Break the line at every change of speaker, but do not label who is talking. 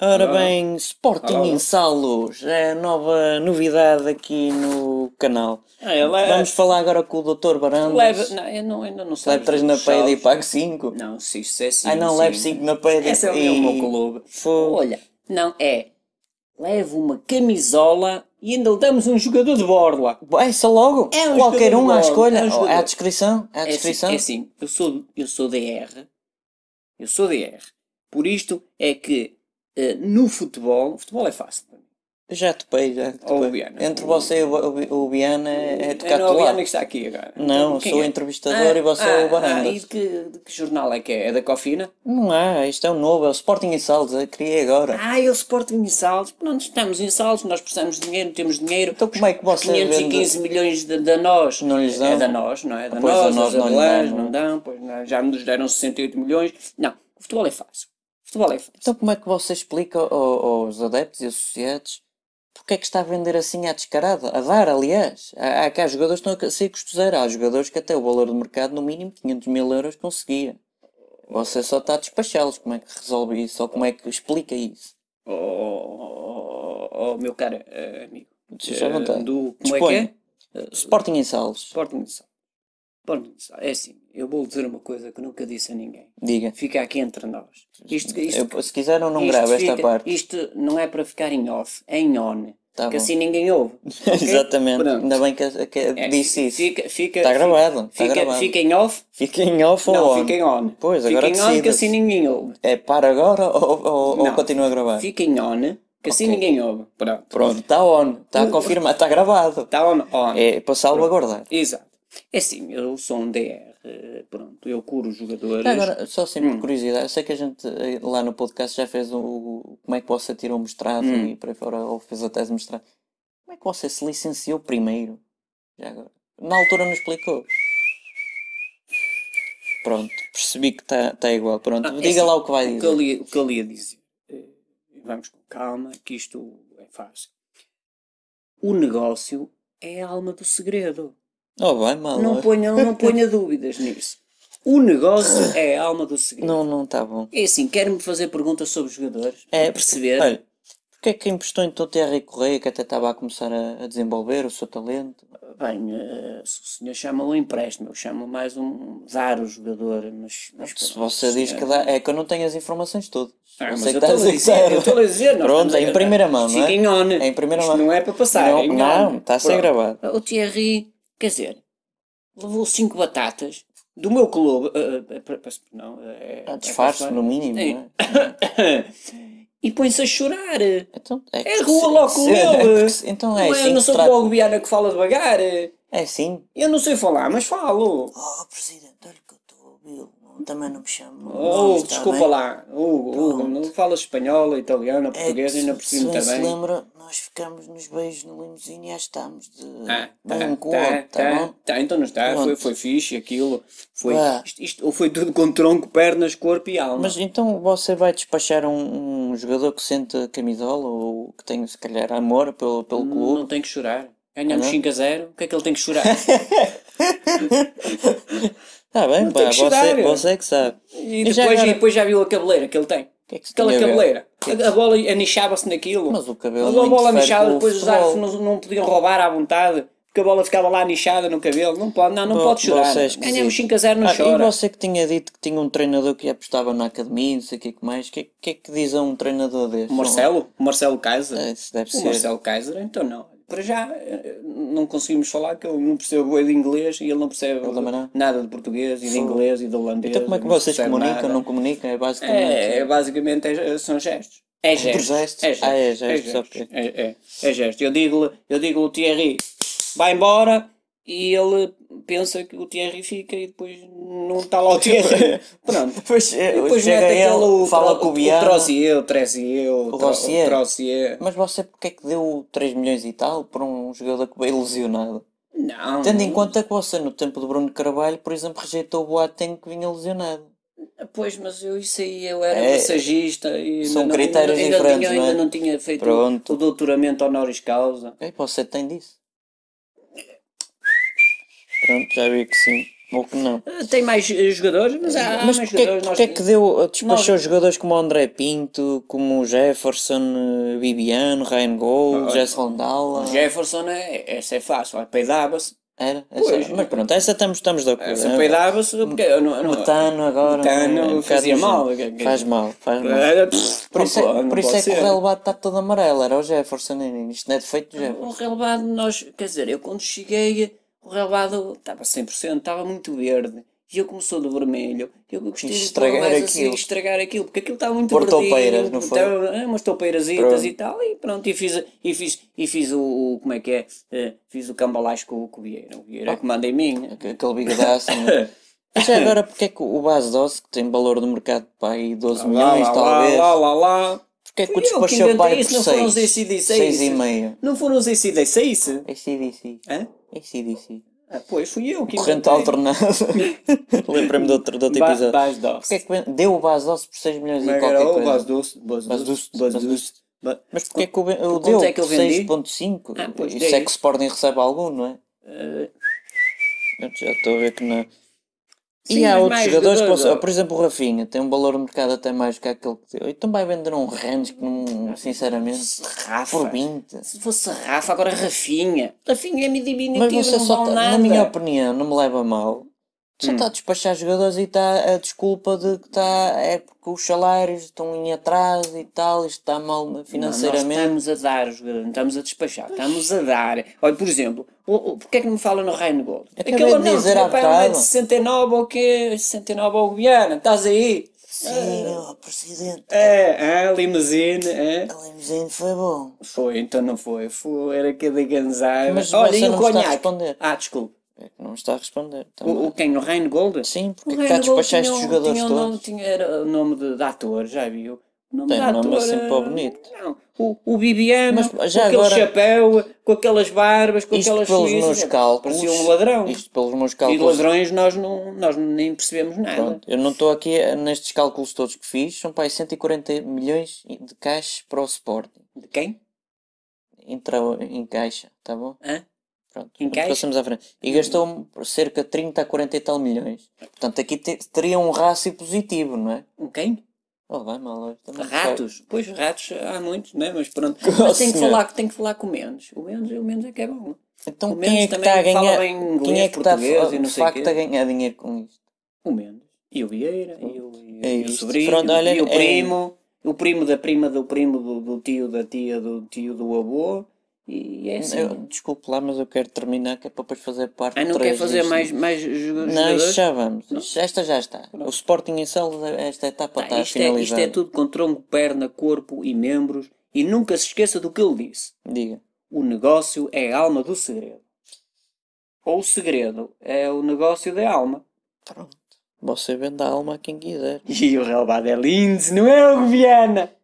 Ora
Olá.
bem, Sporting
Olá, olá.
em Salos, é a nova novidade aqui no canal.
Ah, ele é-
Vamos falar agora com o Dr. Barandas.
Leve, não, eu não, ainda não sei.
Leve 3 na pedra e pago 5.
Não, se isso é sim.
Ah não,
sim.
leve 5 na pedra
Esse é o meu,
e...
meu clube.
Fogo.
Olha, não, é. Leve uma camisola e ainda lhe damos um jogador de borla.
Baixa logo,
É um
qualquer
jogador
um à
bom,
escolha,
é um
Oh,
jogador.
à descrição, à
É assim,
descrição.
é assim, eu sou, eu sou DR. Eu sou DR. Por isto é que eh, no futebol, futebol é fácil.
Já topei, já
Ou
topei.
o Biana.
Tipo, Entre você e o, o, o Biana é de cá
não é
do
o
lado.
Biana que está aqui agora.
Não,
Então, quem
sou
é? ah,
entrevistador e você é o Barandas.
e de que, de que jornal é que é? É da Cofina?
Não há, isto é um novo, é o Sporting em Salos, eu criei agora.
Ah, eu suporto em saldos. Não estamos em saldos, nós precisamos de dinheiro, não temos dinheiro.
Então como é que você vende?
515 milhões de, de nós.
Não lhes
É
dão?
da nós, não é? Da
Pois,
nós,
a nós
nós
não
não,
lhe
não,
dão, não.
dão, pois não, é? já nos deram 68 milhões. Não, o futebol é fácil. O futebol é fácil.
Então como é que você explica ao- aos adeptos e associados porque é que está a vender assim à descarada? A dar, aliás. Há, há cá jogadores que estão a sair custo zero. Há jogadores que até o valor de mercado, no mínimo 500 mil euros, conseguia. Você só está a despachá-los. Como é que resolve isso? Ou como é que explica isso?
Oh, oh, oh, oh, meu caro eh, amigo.
Seja
Eh,
à vontade.
Do, como é que
Disponha.
é?
Eh, Sporting em Salles.
Sporting de Sal. Sporting de Sal. É assim, eu vou dizer uma coisa que nunca disse a ninguém.
Diga.
Fica aqui entre nós. Isto, isto,
Eu- se quiser eu não
isto
gravo esta
fica-
parte.
Isto não é para ficar em off, é em on.
Tá
que
bom.
assim ninguém ouve. ok?
Exatamente.
Pronto.
Ainda bem que, que
É,
disse isso.
Fica, fica,
Está
fica-
gravado. Está
Fica,
gravado.
fica em off?
Fica em off ou
não,
on?
fica em on.
Pois,
fica
agora
em on que
decida-se.
assim ninguém ouve.
É para agora ou, ou, ou
Não.
continua a gravar?
Fica em on que assim
Tá. Ok.
ninguém ouve. Pronto.
Pronto, está on, está confirmado, está gravado.
Está on, on.
É para salvaguardar.
Exato. É assim, eu sou um DR. eh, Pronto, eu curo os jogadores.
Tá, Agora, só sempre por curiosidade, eu sei que a gente eh, lá no podcast já fez o- o como é que você tirou o mestrado e para fora, ou fez a tese de mestrado. Como é que você se licenciou primeiro? Já agora. Na altura não explicou. Pronto, percebi que está tá igual. Pronto,
Ah, é
diga
assim,
lá o que vai
o, que eu
dizer.
li, o que eu li a dizer. eh, Vamos com calma, que isto é fácil. O negócio é a alma do segredo.
Oh, vai mal.
Não ponha, não ponha dúvidas nisso. O negócio é a alma do segredo.
Não, não está bom.
É assim, quer-me fazer perguntas sobre os jogadores?
É,
para perceber.
Olha, porque é que emprestou então o Thierry Correia, que até estava a começar a, a desenvolver o seu talento?
Bem, eh, se o senhor chama um empréstimo, eu chamo mais um dar o jogador, mas. mas
Se
pronto,
você diz
senhor.
que dá, é que eu não tenho as informações todas.
Ah,
Eu
mas
sei
eu
que
estou a
estás
dizer, eu estou a dizer. nós
Pronto,
estamos
em
a-
primeira mão, não é?
Fica em on.
É em primeira
Isto
mão.
não é para passar.
Não,
é em on.
não, tá está a ser
Pronto.
gravado.
O Thierry, quer dizer, levou cinco batatas do meu clube. eh, eh, pra- pra- não, eh,
Há
é-
disfarce, no mínimo,
Sim.
não é?
e põe-se a chorar.
Então, é
É
que
rua
se-
logo
se-
com
é
ele.
que se- Então é
Não é, eu
assim
não
que se
sou
trata.
como o Guiana que fala devagar.
É assim.
Eu não sei falar, mas falo.
Oh, Presidente, olha que eu estou a ouvi-lo. Também não me chamo.
Oh, desculpa lá. Hugo, Hugo,
tá Pronto. É
não falas espanhola, italiana, portuguesa, ainda por cima tá
Se
também.
lembra, nós ficamos nos beijos no limousine e já estamos de
Ah, tá,
bem um com o
tá,
outro, tá
tá,
bom?
tá, então não está, foi,
Pronto.
foi fixe aquilo, foi,
Vá.
isto, isto- ou foi tudo com tronco, pernas, corpo e alma.
Mas então você vai despachar um, um jogador que sente a camisola ou que tem, se calhar, amor pelo, pelo clube?
não tem que chorar, ganhamos
Não?
5 a 0, o que é que ele tem que chorar?
Está Tá bem,
Não
pá,
tem que chorar.
você, você é que sabe.
e,
E já
depois,
agora-
e depois já viu a cabeleira que ele tem,
que é que se
aquela
tem a ver?
cabeleira, a, a bola anichava-se naquilo,
Mas o cabelo
a
não
bola
interfere
anichada,
com o
depois os
futebol.
árbitros não, não podiam roubar à vontade, porque a bola ficava lá anichada no cabelo, não pode, não, não
Vo-
pode chorar,
você é esquisito.
ganhamos 5 a 0, não
Ah, e
chora.
você que tinha dito que tinha um treinador que apostava na academia, não sei o que é que mais, o que, é- que é que diz a um treinador deste?
O Marcelo, o Marcelo Kaiser.
Não, é, isso deve
O
ser.
Marcelo Kaiser, então não. Para já eh, não conseguimos falar que ele não percebe boi de inglês e ele não percebe
também não.
nada de português e de inglês e de holandês.
Então como é que
não
vocês
percebe
comunicam,
nada.
não comunicam? É basicamente...
É, é, basicamente é- são gestos. É gestos.
gestos?
É gestos.
Ah, é gestos, ok.
É, é, é gestos. Eu digo-lhe, eu digo o Thierry vai embora e ele pensa que o Thierry fica e depois não está lá o Thierry. Pronto.
Depois, eh,
E depois
chega
mete
ele,
aquele o
fala
tro-
com o
o
Biano.
Trozier, o Trezier, o Tro-
Rossier.
o Trozier.
Mas você porque é que deu 3 milhões e tal por um jogador que veio lesionado?
Não.
Tendo em conta que você, no tempo do Bruno Carvalho, por exemplo, rejeitou o Boateng que vinha lesionado.
Pois, mas eu isso aí eu era
É,
massagista e
são
ainda não-
critérios
ainda, ainda,
diferentes,
tinha,
não é?
ainda não tinha feito
Pronto.
o doutoramento honoris causa.
É, você tem disso. Pronto, já vi que sim. Ou que não.
Tem mais eh, jogadores, mas há, há
Mas
mais
porque,
jogadores.
porque é que deu, despachou
nós-
jogadores como o André Pinto, como o Jefferson, eh, Bibiano, Ryan Gold,
Ah,
Jess Rondala?
Jefferson, é, essa é fácil, olha, peidava-se.
Era? Essa-
Pois.
mas pronto, essa estamos, estamos de acordo.
Essa
né?
peidava-se porque eu não, eu não,
Metano agora.
Metano
é um bocado
fazia
nojento.
mal, que- que-
Faz mal, faz mal.
Era, pff,
Por isso, é-
não pode- não
por isso
pode
é que
ser.
o relevado está todo amarelo, era o Jefferson. e Isto não é defeito do Jefferson.
O relevado, nós, quer dizer, eu quando cheguei, o relevado estava 100%, estava muito verde. E eu começou do vermelho. Eu gostei
E
de
estragar
pôr mais assim,
aquilo.
estragar aquilo, porque aquilo estava muito
Pôr
verdinho,
toupeiras, não foi?
estava- é, umas topeirazitas
Pronto.
e tal, e pronto, e fiz, e fiz, e fiz o, o- como é que é? Eh, Fiz o cambalais com, o- com o Vieira. O
Ah,
Vieira é que manda em mim.
Aqu- Aquele bigodaço. não é? Mas já agora, porque é que o base doce, que tem valor de mercado para aí 12 milhões,
Ah, lá,
talvez,
lá, lá, lá.
porque é que o
Fui eu que
despachou para
inventei
aí
isso, não foram
por
os
6?
ACDC?
6,5.
Não foram os
é
ACDC?
ACDC.
Hã?
ACDC.
Ah, pois, fui eu que
Corrente
inventei.
alternada. Lembrei-me de outro, de outro
é- Ba-
episódio.
Bas Dost.
Porque é que ben- deu o base doce por 6 milhões
Como
e
é que
qualquer
era? O
coisa?
Bas Dost, Bas
Bas
Dost,
Dost,
Bas
Bas
Dost. Ba-
Mas porque é que o, ben- o
quanto
deu
é que eu vendi?
6.5?
Ah, pois,
e
dei.
se é que o Sporting recebe algum, não é?
Eh,
Eu já estou a ver que não. é.
sim,
e há
mas
outros jogadores,
mais
que
jogadores,
conseguem-
ó.
por exemplo, o Rafinha tem um valor de mercado até mais que aquele que deu. Então vai vender um Rennes que, não, sinceramente, por
Rafa.
20.
Se fosse Rafa, agora Rafinha. Rafinha é me
Mas
diminutivo,
você
não
só
vale
tá,
nada.
na
Hum.
minha opinião, não me leva a mal. Só está a despachar jogadores e está a desculpa de que está. É porque os salários estão em atraso e tal, isto está mal
Não, nós
financeiramente.
estamos a dar, os jogadores, não estamos a despachar, estamos a dar. Olha, por exemplo, o, o, porque é que me fala no Reino Gold?
Acabei
Aquele
de
anão que
dizer
tinha
há
pai, não é de
bocado.
69 ou quê? 69 ou Guiana, estás aí?
Sim, ó, presidente,
É, é, limusine, é.
a limusine foi bom.
Foi, então não foi. foi era cada ganzada.
Mas
Olha,
você
e o
não me está a
Cognac?
responder.
Ah, desculpa.
É que não está a responder. também.
O, o quem? No Reino Gold?
Sim,
O
porque é que está a
Ryan Gold
despachar
tinha
estes
um-
jogadores
tinha um
todos?
nome, tinha, era o nome de, de ator, já viu? O nome
Tem
de
um nome
ator,
assim
eh,
pô bonito.
Não, o, o Bibiano,
Mas,
com
já
aquele
agora-
chapéu, com aquelas barbas, com
Isto
aquelas
pelos
suíças,
meus
é,
cálculos.
Parecia um ladrão.
Isto pelos meus
E de
cálculos.
ladrões nós, não, nós nem percebemos nada.
Pronto, eu não estou aqui eh, nestes cálculos todos que fiz, são para aí 140 milhões de cash para o Sporting.
De quem?
Entra em caixa, tá bom?
Hã?
Pronto,
Em caixa?
passamos à frente. E gastou por cerca de 30 a 40 e tal milhões. Portanto, aqui te- teria um rácio positivo, não é?
Um quem?
Oh, vai mal, hoje, também
Ratos. Pois, ratos há muitos, não é? Mas pronto.
Oh,
Mas tem que,
senhor.
falar, tem que falar com o Mendes. O Mendes, o Mendes é que é bom.
Então,
O
quem é
Mendes
que
também
está a
fala
ganhar?
bem inglês,
quem é que está
português e
de
não sei o
facto
quê.
a ganhar dinheiro com isto?
O Mendes. E o Vieira, e o, e
É
o
isto.
sobrinho,
Pronto, olha,
e o
é-
primo, o primo da prima do primo do, do tio da tia do tio do avô. E é assim.
Eu, desculpe lá, mas eu quero terminar, que é para depois fazer parte
Ah, não
três
quer fazer
disto.
mais, mais
Não,
joga-
isto
jogadores?
já vamos. Isto- esta já está. O Sporting em Sales, esta etapa
Pá,
está
isto, é,
finalizada.
isto é tudo com tronco, perna, corpo e membros. E nunca se esqueça do que ele disse.
Diga.
O negócio é a alma do segredo. Ou o segredo é o negócio da alma.
Pronto. Você vende a alma a quem quiser.
E o relvado é lindo, não é, Viana?